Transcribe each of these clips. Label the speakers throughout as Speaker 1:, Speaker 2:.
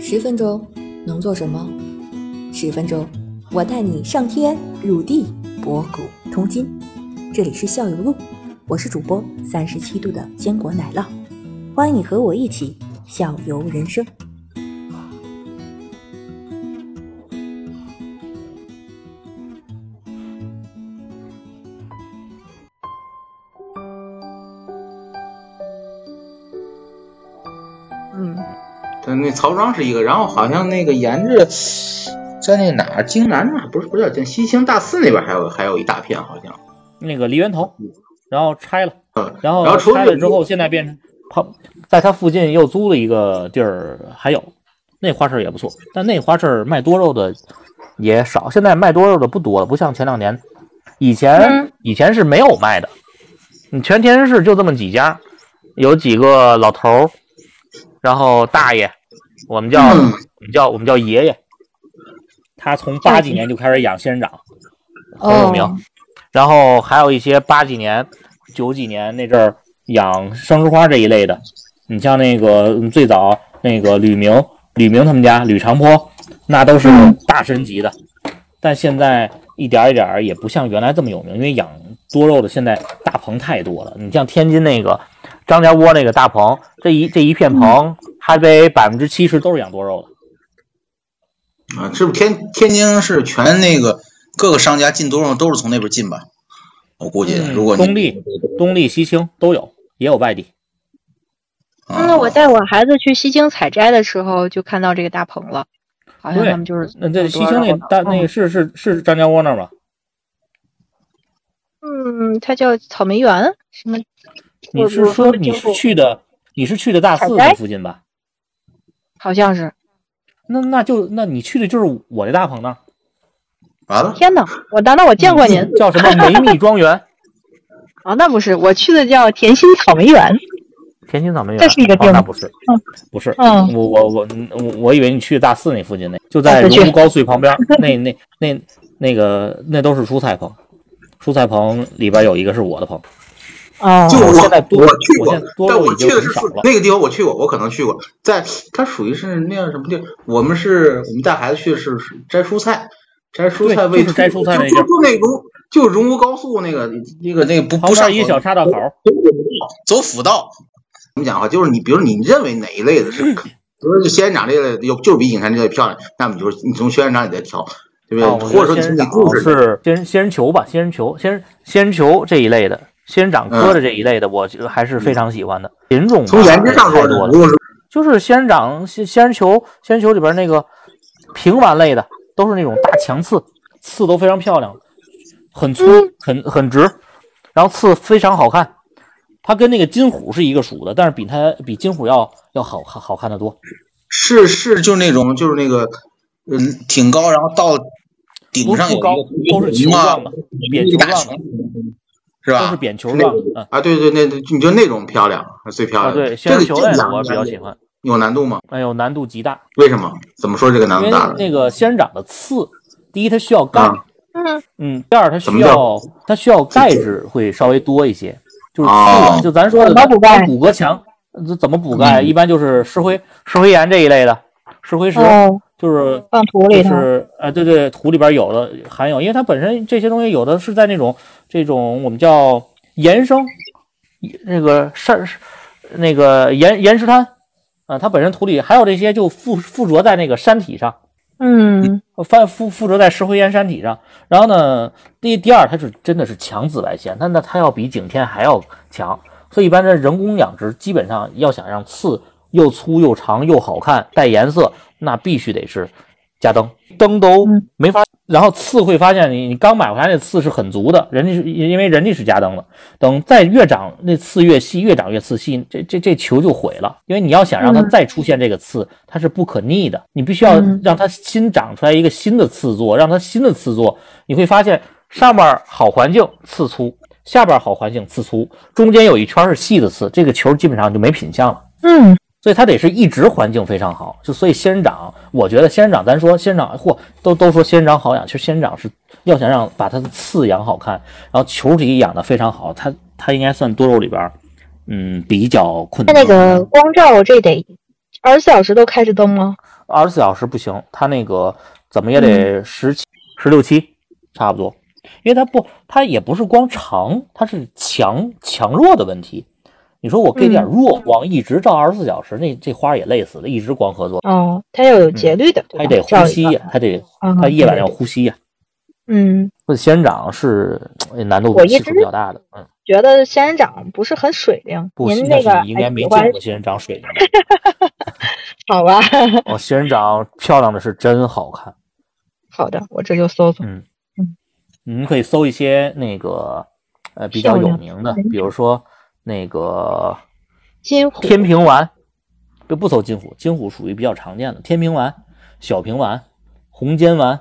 Speaker 1: 十分钟能做什么？十分钟，我带你上天入地，博古通今。这里是校友录，我是主播三十七度的坚果奶酪，欢迎你和我一起校游人生。嗯，
Speaker 2: 对，那曹庄是一个，然后好像那个沿着在那哪儿，荆南那儿不是不是叫西清大寺那边还有还有一大片，好像
Speaker 3: 那个梨园头，然后拆了，
Speaker 2: 嗯
Speaker 3: 然后
Speaker 2: 然后除了
Speaker 3: 拆
Speaker 2: 这
Speaker 3: 了
Speaker 2: 个
Speaker 3: 之后，现在变成旁，在它附近又租了一个地儿，还有那花市也不错，但那花市卖多肉的也少，现在卖多肉的不多了，不像前两年，以前、
Speaker 4: 嗯
Speaker 3: 以前是没有卖的，你全天津市就这么几家，有几个老头儿，然后大爷，我们叫、
Speaker 2: 嗯
Speaker 3: 我们叫我们叫爷爷，他从八几年就开始养仙人掌，很有名。
Speaker 1: 哦
Speaker 3: 然后还有一些八几年、九几年那阵儿养生枝花这一类的，你像那个嗯最早那个吕明、吕明他们家吕长坡，那都是大神级的，但现在一点儿一点儿也不像原来这么有名，因为养多肉的现在大棚太多了。你像天津那个张家窝那个大棚，这一这一片棚，哈北百分之七十都是养多肉的。
Speaker 2: 啊，是不是天天津市全那个各个商家进多肉都是从那边进吧？我估计，
Speaker 3: 嗯
Speaker 2: 如果你
Speaker 3: 东丽、东丽、西青都有，也有外地。
Speaker 2: 啊
Speaker 4: 嗯那我带我孩子去西京采摘的时候，就看到这个大棚了，好像
Speaker 3: 对
Speaker 4: 他们就是
Speaker 3: 那这
Speaker 4: 很
Speaker 3: 西
Speaker 4: 多嗯
Speaker 3: 青那
Speaker 4: 然后
Speaker 3: 大那个是是是张家窝那儿吗？
Speaker 4: 嗯，它叫草莓园什么？
Speaker 3: 你
Speaker 4: 我
Speaker 3: 是
Speaker 4: 我说
Speaker 3: 说
Speaker 4: 的
Speaker 3: 你
Speaker 4: 清
Speaker 3: 是
Speaker 4: 楚
Speaker 3: 去的你是去的大寺那
Speaker 4: 采摘
Speaker 3: 附近吧？
Speaker 4: 好像是。
Speaker 3: 那那就那你去的就是我这大棚那儿，嗯
Speaker 2: 完了，
Speaker 4: 天哪，我难道我见过您
Speaker 3: 叫什么梅蜜庄 园？
Speaker 4: 啊？那不是，我去的叫甜心草莓园。
Speaker 3: 天津草莓园，
Speaker 4: 这是一个地儿
Speaker 3: 哦那
Speaker 4: 吗
Speaker 3: 不是
Speaker 4: 嗯，
Speaker 3: 不是，
Speaker 4: 嗯啊
Speaker 3: 我我我我我以为你去大寺那附近那，就在
Speaker 4: 下次去
Speaker 3: 荣高穗旁边儿，那那那那个那都是蔬菜棚，蔬菜棚里边有一个是我的棚，
Speaker 4: 哦
Speaker 2: 就
Speaker 3: 我
Speaker 2: 我
Speaker 3: 现在多
Speaker 2: 我去
Speaker 3: 我
Speaker 2: 过
Speaker 3: 现在，多
Speaker 2: 但
Speaker 3: 肉
Speaker 2: 我
Speaker 3: 已经
Speaker 2: 去的
Speaker 3: 很
Speaker 2: 是
Speaker 3: 少
Speaker 2: 属
Speaker 3: 了
Speaker 2: 那个地方，我去过，我可能去过，在它属于是那样什么地儿？我们是我们带孩子去是是摘蔬菜，摘蔬菜
Speaker 3: 对
Speaker 2: 喂
Speaker 3: 就是摘蔬菜那
Speaker 2: 就
Speaker 3: 地儿
Speaker 2: 就那个就荣国高速那个那个那个不
Speaker 3: 旁
Speaker 2: 不
Speaker 3: 边
Speaker 2: 上
Speaker 3: 一个小岔道口儿，
Speaker 2: 走辅道。怎么讲话？就是你，比如你认为哪一类的是， 比如说仙人掌这类的，有就是比景山这类漂亮，那么你就是你从仙人掌里再挑，对不对？
Speaker 3: 啊，我觉
Speaker 2: 或者
Speaker 3: 得
Speaker 2: 说你从
Speaker 3: 仙人
Speaker 2: 你
Speaker 3: 掌
Speaker 2: 故事里
Speaker 3: 是仙人仙人球吧，仙人球、仙人仙人球这一类的，仙人掌科的这一类的，我觉得还是非常喜欢的品种吧。
Speaker 2: 嗯从颜值上
Speaker 3: 太
Speaker 2: 说，如
Speaker 3: 多了，
Speaker 2: 果是
Speaker 3: 就是仙人掌、仙仙人球、仙人球里边那个平丸类的，都是那种大强刺，刺都非常漂亮，很粗、
Speaker 2: 嗯
Speaker 3: 很很直，然后刺非常好看。它跟那个金虎是一个属的，但是比它比金虎要要好看好看的多。
Speaker 2: 是是就是那种就是那个嗯挺高，然后到顶
Speaker 3: 不
Speaker 2: 上
Speaker 3: 不
Speaker 2: 有
Speaker 3: 高
Speaker 2: 一，个
Speaker 3: 都是球状的，扁
Speaker 2: 一
Speaker 3: 球
Speaker 2: 大
Speaker 3: 状的，
Speaker 2: 是
Speaker 3: 都是
Speaker 2: 吧？
Speaker 3: 扁球
Speaker 2: 那
Speaker 3: 状
Speaker 2: 个
Speaker 3: 的。嗯，
Speaker 2: 啊，对对，那那你就那种漂亮，最漂
Speaker 3: 啊，
Speaker 2: 亮的。
Speaker 3: 对，仙
Speaker 2: 这
Speaker 3: 人
Speaker 2: 个
Speaker 3: 球
Speaker 2: 这个
Speaker 3: 类的
Speaker 2: 难
Speaker 3: 我比较
Speaker 2: 难
Speaker 3: 喜欢。
Speaker 2: 有难度吗？
Speaker 3: 哎呦，难度极大，
Speaker 2: 为什么？怎么说这个
Speaker 3: 因
Speaker 2: 难
Speaker 3: 为
Speaker 2: 度大了？
Speaker 3: 那个仙人掌的刺，第一它需要钙，
Speaker 2: 啊
Speaker 4: 嗯，
Speaker 3: 嗯，第二它
Speaker 2: 怎
Speaker 3: 需
Speaker 2: 么叫
Speaker 3: 要它需要钙质会稍微多一些，就是刺，
Speaker 2: 哦
Speaker 3: 就咱说的
Speaker 4: 怎么补钙
Speaker 3: 骨骼强，呃怎么补钙？
Speaker 2: 嗯
Speaker 3: 一般就是石灰石灰岩这一类的，石灰石、
Speaker 4: 哦，
Speaker 3: 就是
Speaker 4: 放土里
Speaker 3: 就
Speaker 4: 头。
Speaker 3: 是呃，对对，土里边有的含有，因为它本身这些东西有的是在那种这种我们叫岩生，那个山那个岩岩石滩啊、它本身土里还有这些就附附着在那个山体上，
Speaker 4: 嗯
Speaker 3: 翻附附着在石灰岩山体上。然后呢，第第二它是真的是强紫外线，那那它要比景天还要强，所以一般的人工养殖基本上要想让刺又粗又长又好看带颜色，那必须得是加灯，灯都
Speaker 4: 嗯
Speaker 3: 没法。然后刺会发现你你刚买回来那刺是很足的，人家是因为人家是加灯的，等再越长那刺越细，越长越刺细，这这这球就毁了。因为你要想让它
Speaker 4: 嗯
Speaker 3: 再出现这个刺，它是不可逆的，你必须要
Speaker 4: 嗯
Speaker 3: 让它新长出来一个新的刺座，让它新的刺座，你会发现上面好环境刺粗，下边好环境刺粗，中间有一圈是细的刺，这个球基本上就没品相了。
Speaker 4: 嗯，
Speaker 3: 所以它得是一直环境非常好。就所以仙人掌，我觉得仙人掌，咱说仙人掌，嚯，都都说仙人掌好养，其实仙人掌是要想让把它的刺养好看，然后球体养得非常好，它它应该算多肉里边儿，嗯，比较困
Speaker 4: 它
Speaker 3: 难。
Speaker 4: 那个光照这得二十四小时都开着灯吗？
Speaker 3: 二十四小时不行，它那个怎么也
Speaker 4: 嗯
Speaker 3: 得十七、十六七，差不多。因为它不，它也不是光长，它是强强弱的问题。你说我给点
Speaker 4: 嗯
Speaker 3: 弱光，一直照二十四小时，那这花也累死了，一直光合作，
Speaker 4: 哦，它要有节律的，
Speaker 3: 嗯
Speaker 4: 对吧
Speaker 3: 还得呼
Speaker 4: 照一
Speaker 3: 吸
Speaker 4: 个
Speaker 3: 呀，还得
Speaker 4: 嗯
Speaker 3: 它夜晚要呼吸呀。
Speaker 4: 嗯，
Speaker 3: 所以仙人掌是呃难度
Speaker 4: 我
Speaker 3: 系
Speaker 4: 一
Speaker 3: 数
Speaker 4: 直
Speaker 3: 比较大的，嗯，
Speaker 4: 觉得仙人掌不是很水灵。
Speaker 3: 不，
Speaker 4: 您
Speaker 3: 但
Speaker 4: 那
Speaker 3: 是
Speaker 4: 个
Speaker 3: 你应该
Speaker 4: 还
Speaker 3: 没
Speaker 4: 喜
Speaker 3: 见
Speaker 4: 欢
Speaker 3: 过仙人掌水灵。
Speaker 4: 好吧？
Speaker 3: 哦，仙人掌漂亮的是真好看。
Speaker 4: 好的，我这就搜搜。
Speaker 3: 你们可以搜一些那个呃比较
Speaker 4: 漂
Speaker 3: 有
Speaker 4: 亮
Speaker 3: 名的
Speaker 4: 仙，人
Speaker 3: 比如说那个
Speaker 4: 金虎
Speaker 3: 天平丸，就不搜金虎，金虎属于比较常见的天平丸、小平丸、红尖丸，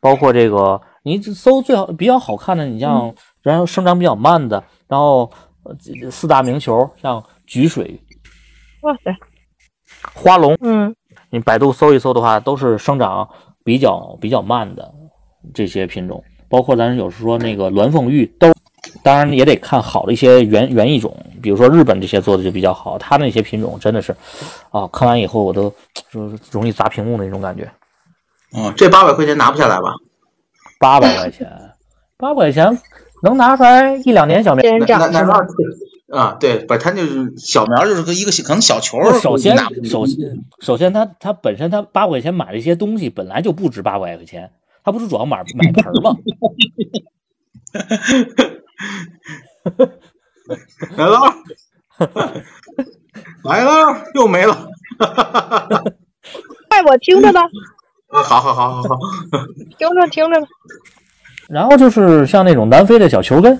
Speaker 3: 包括这个你只搜最好比较好看的，你
Speaker 4: 嗯
Speaker 3: 像然后生长比较慢的，然后呃四大名球像菊水、
Speaker 4: 哇塞，
Speaker 3: 花龙，
Speaker 4: 嗯
Speaker 3: 你百度搜一搜的话，都是生长比较比较慢的这些品种，包括咱有时说那个鸾凤玉都，当然也得看好的一些原原异种，比如说日本这些做的就比较好，它那些品种真的是，啊，看完以后我都就是容易砸屏幕的那种感觉。
Speaker 2: 哦，这八百块钱拿不下来吧？
Speaker 3: 八百块钱，八百块钱能拿出来一两年小苗。
Speaker 4: 仙
Speaker 2: 那那
Speaker 4: 人掌
Speaker 2: 那
Speaker 4: 是吗？
Speaker 2: 那啊，对，把它就是小苗，就是个一个小可能小球
Speaker 3: 不
Speaker 2: 儿
Speaker 3: 是首先
Speaker 2: 拿不，
Speaker 3: 首先，首先它，它本身它八百块钱买了一些东西，本来就不值八百块钱，它不是主要买买盆儿吗？
Speaker 2: 来了，来了，又没了。
Speaker 4: 哎，我听着呢，
Speaker 2: 好好好好好，
Speaker 4: 听着听着呢。
Speaker 3: 然后就是像那种南非的小球根，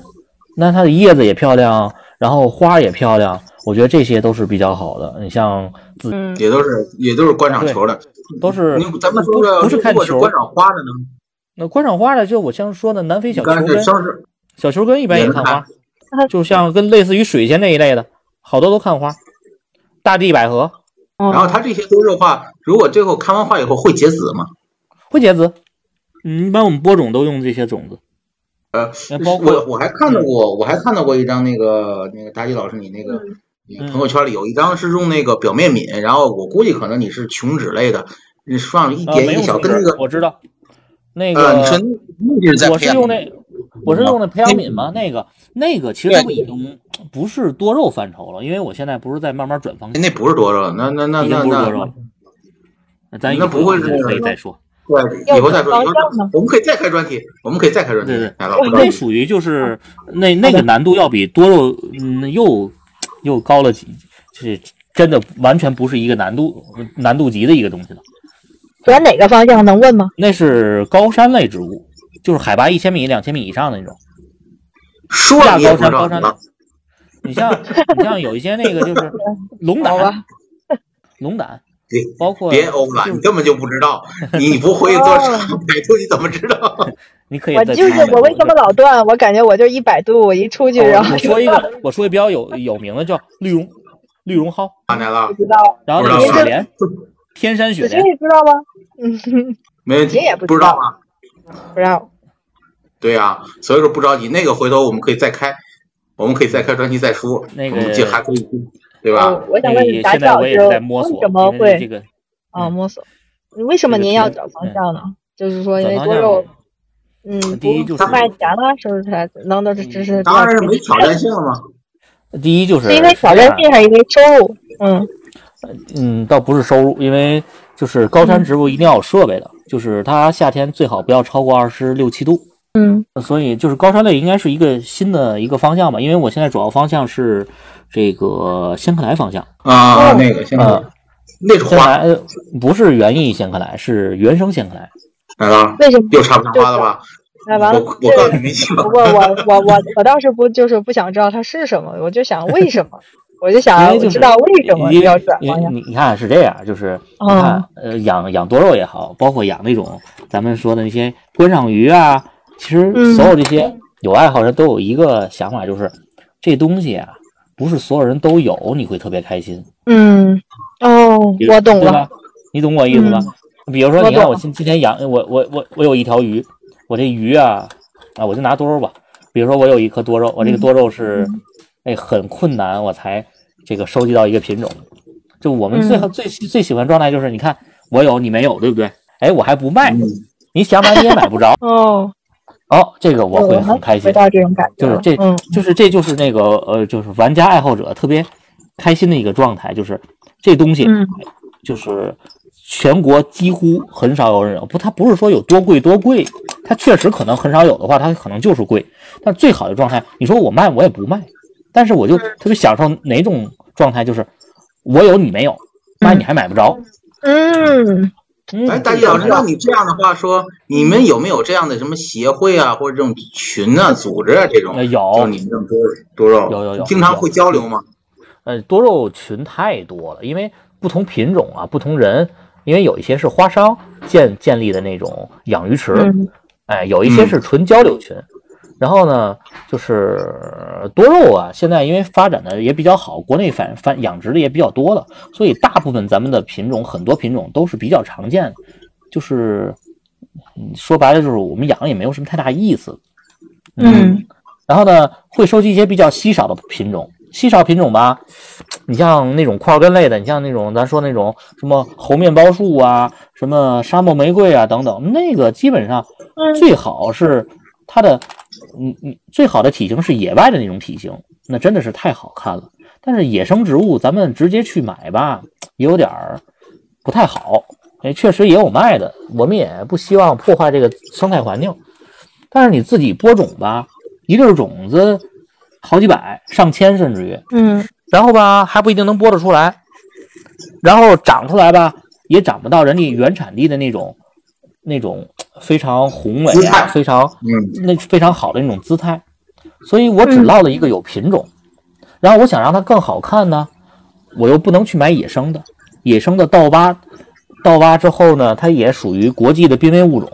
Speaker 3: 那它的叶子也漂亮，然后花儿也漂亮，我觉得这些都是比较好的。你像紫
Speaker 4: 嗯，
Speaker 2: 也都是也都是观赏球的。
Speaker 3: 都是
Speaker 2: 你咱们说
Speaker 3: 不
Speaker 2: 的，
Speaker 3: 不是看
Speaker 2: 如果是
Speaker 3: 球
Speaker 2: 观赏花的呢？
Speaker 3: 那观赏花的，就我像说的南非小球
Speaker 2: 刚才
Speaker 3: 根
Speaker 2: 是，生日，
Speaker 3: 小球根一般也看花
Speaker 4: 看，
Speaker 3: 就像跟类似于水仙这一类的，好多都看花。大地百合
Speaker 4: 然
Speaker 2: 然后它这些都是话，如果最后看完花以后会结籽吗？
Speaker 3: 会结籽，嗯，一般我们播种都用这些种子。
Speaker 2: 呃，
Speaker 3: 包
Speaker 2: 我
Speaker 3: 括嗯
Speaker 2: 我还看到过，我还看到过一张那个那个达吉老师你那个。你
Speaker 3: 嗯
Speaker 2: 朋友圈里有一张是用那个表面敏，然后我估计可能你是琼脂类的，你放一
Speaker 3: 呃
Speaker 2: 点
Speaker 3: 没
Speaker 2: 一
Speaker 3: 用
Speaker 2: 小，
Speaker 3: 种
Speaker 2: 跟那
Speaker 3: 子
Speaker 2: 个，
Speaker 3: 我知道，那
Speaker 2: 呃，
Speaker 3: 个
Speaker 2: 你说那那是在
Speaker 3: 我
Speaker 2: 培
Speaker 3: 是
Speaker 2: 养
Speaker 3: 用
Speaker 2: 皿嗯
Speaker 3: 那，我是用
Speaker 2: 哦
Speaker 3: 那培养皿嘛，那个那个其实都已经不是多肉范畴了，因为我现在不是在慢慢转方向，
Speaker 2: 那不是多肉，那那那
Speaker 3: 已经
Speaker 2: 那
Speaker 3: 不是多肉
Speaker 2: 那
Speaker 3: 了。那咱以
Speaker 2: 那
Speaker 3: 后
Speaker 2: 不会是
Speaker 3: 可以再说，
Speaker 2: 对，
Speaker 4: 要
Speaker 2: 以后再说，
Speaker 4: 转
Speaker 2: 以后
Speaker 4: 方向吗
Speaker 2: 我们可以再开专题，我们可以再开专题
Speaker 3: 对对，
Speaker 2: 来老师
Speaker 3: 那属于就是那那个难度要比多肉嗯又又高了几，就是真的完全不是一个难度难度级的一个东西了。
Speaker 4: 转哪个方向能问吗？
Speaker 3: 那是高山类植物，就是海拔一千米、两千米以上的那种。
Speaker 2: 说
Speaker 3: 亚
Speaker 2: 你也
Speaker 3: 高
Speaker 2: 不知
Speaker 3: 山
Speaker 2: 道
Speaker 3: 高山
Speaker 2: 了，
Speaker 3: 你像你像有一些那个 就是龙
Speaker 4: 好
Speaker 3: 胆
Speaker 4: 吧，
Speaker 3: 龙胆
Speaker 2: 别，
Speaker 3: 包括
Speaker 2: 别欧了，
Speaker 3: 就
Speaker 2: 你
Speaker 3: 是
Speaker 2: 根本就不知道，你不会做查百度，你怎么知道？
Speaker 3: 你可以
Speaker 4: 我
Speaker 3: 再
Speaker 4: 就是
Speaker 3: 查一下
Speaker 4: 我为什么老断？我感觉我就一百度，我一出去
Speaker 3: 哦
Speaker 4: 然
Speaker 3: 我
Speaker 4: 后就
Speaker 3: 说一个，我说一个比较有有名的叫绿绒绿绒蒿，
Speaker 2: 看来了
Speaker 4: 不，知道。
Speaker 3: 然后那
Speaker 2: 不
Speaker 3: 个
Speaker 2: 知道
Speaker 3: 雪莲，天山雪
Speaker 4: 子君
Speaker 3: 莲，
Speaker 4: 你知道吗？嗯，
Speaker 2: 没问题
Speaker 4: 你也，不
Speaker 2: 不
Speaker 4: 知道
Speaker 2: 知道啊？
Speaker 4: 不知道。
Speaker 2: 对呀，所以说不着急，那个回头我们可以再开，我们可以再开专题再说，
Speaker 3: 那个
Speaker 2: 我们就还可以，对吧？
Speaker 4: 我我想
Speaker 3: 那
Speaker 4: 问
Speaker 3: 个
Speaker 4: 你，
Speaker 3: 也
Speaker 4: 达
Speaker 3: 哎现
Speaker 4: 吉
Speaker 3: 在
Speaker 4: 老
Speaker 3: 我也
Speaker 4: 师
Speaker 3: 是在摸索
Speaker 4: 为什，么
Speaker 3: 因为这
Speaker 4: 会
Speaker 3: 个
Speaker 4: 啊
Speaker 3: 嗯
Speaker 4: 摸索？为什么
Speaker 3: 这个
Speaker 4: 您要
Speaker 3: 确
Speaker 4: 找方
Speaker 3: 嗯
Speaker 4: 向呢？就是说，因
Speaker 3: 转
Speaker 4: 为
Speaker 3: 方
Speaker 4: 多
Speaker 3: 向
Speaker 4: 肉，嗯，
Speaker 3: 第一
Speaker 4: 不
Speaker 3: 就是
Speaker 4: 卖钱了，是不是？能的只是
Speaker 2: 当然是没挑战性了嘛，
Speaker 3: 第一就是
Speaker 4: 是因为挑战性还是因为收入？嗯，
Speaker 3: 嗯，倒不是收入，因为就是高
Speaker 4: 嗯
Speaker 3: 山植物一定要有设备的，就是它夏天最好不要超过二十六七度。呃
Speaker 4: 嗯，
Speaker 3: 所以就是高山类应该是一个新的一个方向吧，因为我现在主要方向是这个仙客来方向，
Speaker 2: 啊，
Speaker 4: 哦
Speaker 2: 那个现在
Speaker 3: 嗯
Speaker 2: 那是
Speaker 3: 仙客
Speaker 2: 花，
Speaker 3: 来呃不是园艺仙客来，是原生仙客来。
Speaker 2: 来了，
Speaker 4: 为什么？
Speaker 2: 又插不上花了吧？
Speaker 4: 哎，完
Speaker 2: 我
Speaker 4: 了，
Speaker 2: 我告诉
Speaker 4: 这
Speaker 2: 你没
Speaker 3: 嗯
Speaker 2: 戏了
Speaker 4: 不。过我我我我倒是不就是不想知道它是什么，我就想为什么，我就想
Speaker 3: 因为就是
Speaker 4: 知道为什么
Speaker 3: 因为
Speaker 4: 要转
Speaker 3: 因
Speaker 4: 方
Speaker 3: 为
Speaker 4: 向。哦
Speaker 3: 你你看是这样，就是你看呃养养多肉也好，包括养那种咱们说的那些观赏鱼啊，其实
Speaker 4: 嗯
Speaker 3: 所有这些有爱好人都有一个想法，就是这东西啊，不是所有人都有，你会特别开心。
Speaker 4: 嗯，哦，
Speaker 3: 比如
Speaker 4: 我懂
Speaker 3: 对
Speaker 4: 了
Speaker 3: 吧。？你懂我意思吧？比如说，
Speaker 4: 嗯我
Speaker 3: 你看
Speaker 4: 懂
Speaker 3: 我今今天养我我我我有一条鱼，我这鱼啊啊，我就拿多肉吧。比如说我有一颗多肉，我
Speaker 4: 嗯
Speaker 3: 这个多肉是哎很困难，我才这个收集到一个品种。就我们最
Speaker 4: 嗯。
Speaker 3: 最最喜欢状态就是，你看我有你没有，对不对？哎，我还不卖，
Speaker 2: 嗯
Speaker 3: 你想买你也买不着
Speaker 4: 哦，
Speaker 3: 哦，这个我会
Speaker 4: 嗯
Speaker 3: 很开
Speaker 4: 回
Speaker 3: 心，
Speaker 4: 到这种感觉
Speaker 3: 就是
Speaker 4: 了，
Speaker 3: 这
Speaker 4: 嗯，
Speaker 3: 就是这就是那个呃，就是玩家爱好者特别开心的一个状态，就是这东西
Speaker 4: 嗯
Speaker 3: 就是全国几乎很少有人有，不，它不是说有多贵多贵，它确实可能很少有的话，它可能就是贵。但最好的状态，你说我卖我也不卖，但是我就特别享受哪种状态，就是我有你没有，妈你还买不着。
Speaker 4: 嗯，
Speaker 3: 嗯，
Speaker 2: 哎，大一
Speaker 3: 这个
Speaker 2: 老师，
Speaker 3: 状
Speaker 2: 那
Speaker 3: 态
Speaker 2: 你这样的话说，你们有没有这样的什么协会啊，或者这种群啊、组织啊这种？
Speaker 3: 呃
Speaker 2: 就
Speaker 3: 有
Speaker 2: 是你们这种多多肉，
Speaker 3: 有有有
Speaker 2: 经常会交流吗？
Speaker 3: 呃，多肉群太多了，因为不同品种啊，不同人，因为有一些是花商建建立的那种养鱼池，
Speaker 4: 嗯
Speaker 3: 哎，有一些是纯交流群。然后呢，就是多肉啊，现在因为发展的也比较好，国内反反养殖的也比较多了，所以大部分咱们的品种，很多品种都是比较常见的，就是嗯说白了就是我们养也没有什么太大意思，
Speaker 4: 嗯
Speaker 3: 然后呢，会收集一些比较稀少的品种。稀少品种吧，你像那种块根类的，你像那种咱说那种什么猴面包树啊、什么沙漠玫瑰啊等等，那个基本上最好是它的，嗯嗯，最好的体型是野外的那种体型，那真的是太好看了。但是野生植物咱们直接去买吧，也有点儿不太好。哎，确实也有卖的，我们也不希望破坏这个生态环境。但是你自己播种吧，一粒儿种子好几百、上千，甚至于，
Speaker 4: 嗯
Speaker 3: 然后吧还不一定能播得出来，然后长出来吧也长不到人家原产地的那种那种呃非常宏伟
Speaker 2: 姿
Speaker 3: 啊，
Speaker 2: 态
Speaker 3: 非常
Speaker 2: 嗯，
Speaker 3: 那非常好的那种姿态，所以我只落了一个有品种，然后我想让它更好看呢，我又不能去买野生的，野生的盗挖，盗挖之后呢，它也属于国际的濒危物种，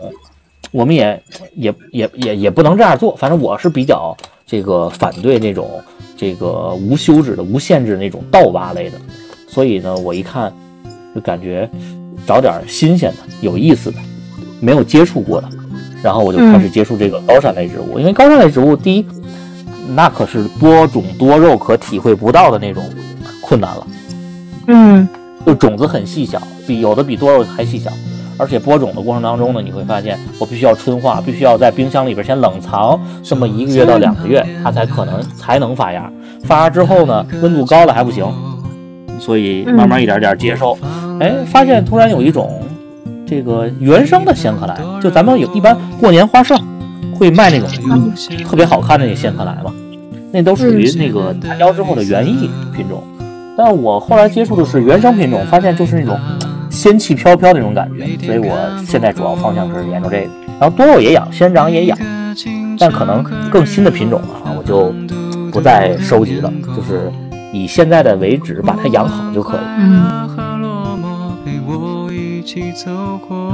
Speaker 3: 我们也也也也也不能这样做，反正我是比较这个反对那种这个无休止的、无限制那种盗挖类的，所以呢，我一看就感觉找点新鲜的、有意思的、没有接触过的，然后我就开始接触这个高山类植物，因为高山类植物第一，那可是多种多肉可体会不到的那种困难了。
Speaker 4: 嗯
Speaker 3: 就种子很细小，比有的比多肉还细小，而且播种的过程当中呢，你会发现我必须要春化，必须要在冰箱里边先冷藏这么一个月到两个月，它才可能才能发芽。发芽之后呢，温度高了还不行，所以慢慢一点点接受，哎，发现突然有一种这个原生的仙客来，就咱们有一般过年花市会卖那种特别好看的那仙客来嘛，那都属于那个杂交之后的园艺品种。但我后来接触的是原生品种，发现就是那种仙气飘飘的那种感觉，所以我现在主要方向是研究这个。然后多肉也养，仙人掌也养，但可能更新的品种啊，我就不再收集了，就是以现在的为止把它养好就可以。
Speaker 4: 嗯，
Speaker 5: 和落寞陪我一起走过。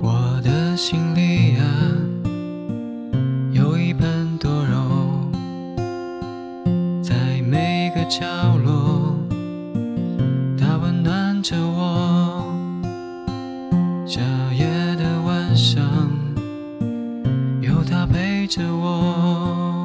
Speaker 5: 我的心里啊，有一盆多肉，在每个角落，它温暖着我。夏夜的晚上，有它陪着我。